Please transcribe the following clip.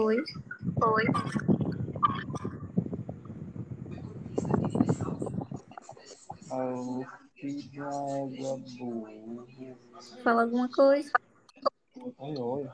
Oi. Oi. A orquídea é boa. Fala alguma coisa. Oi, oi.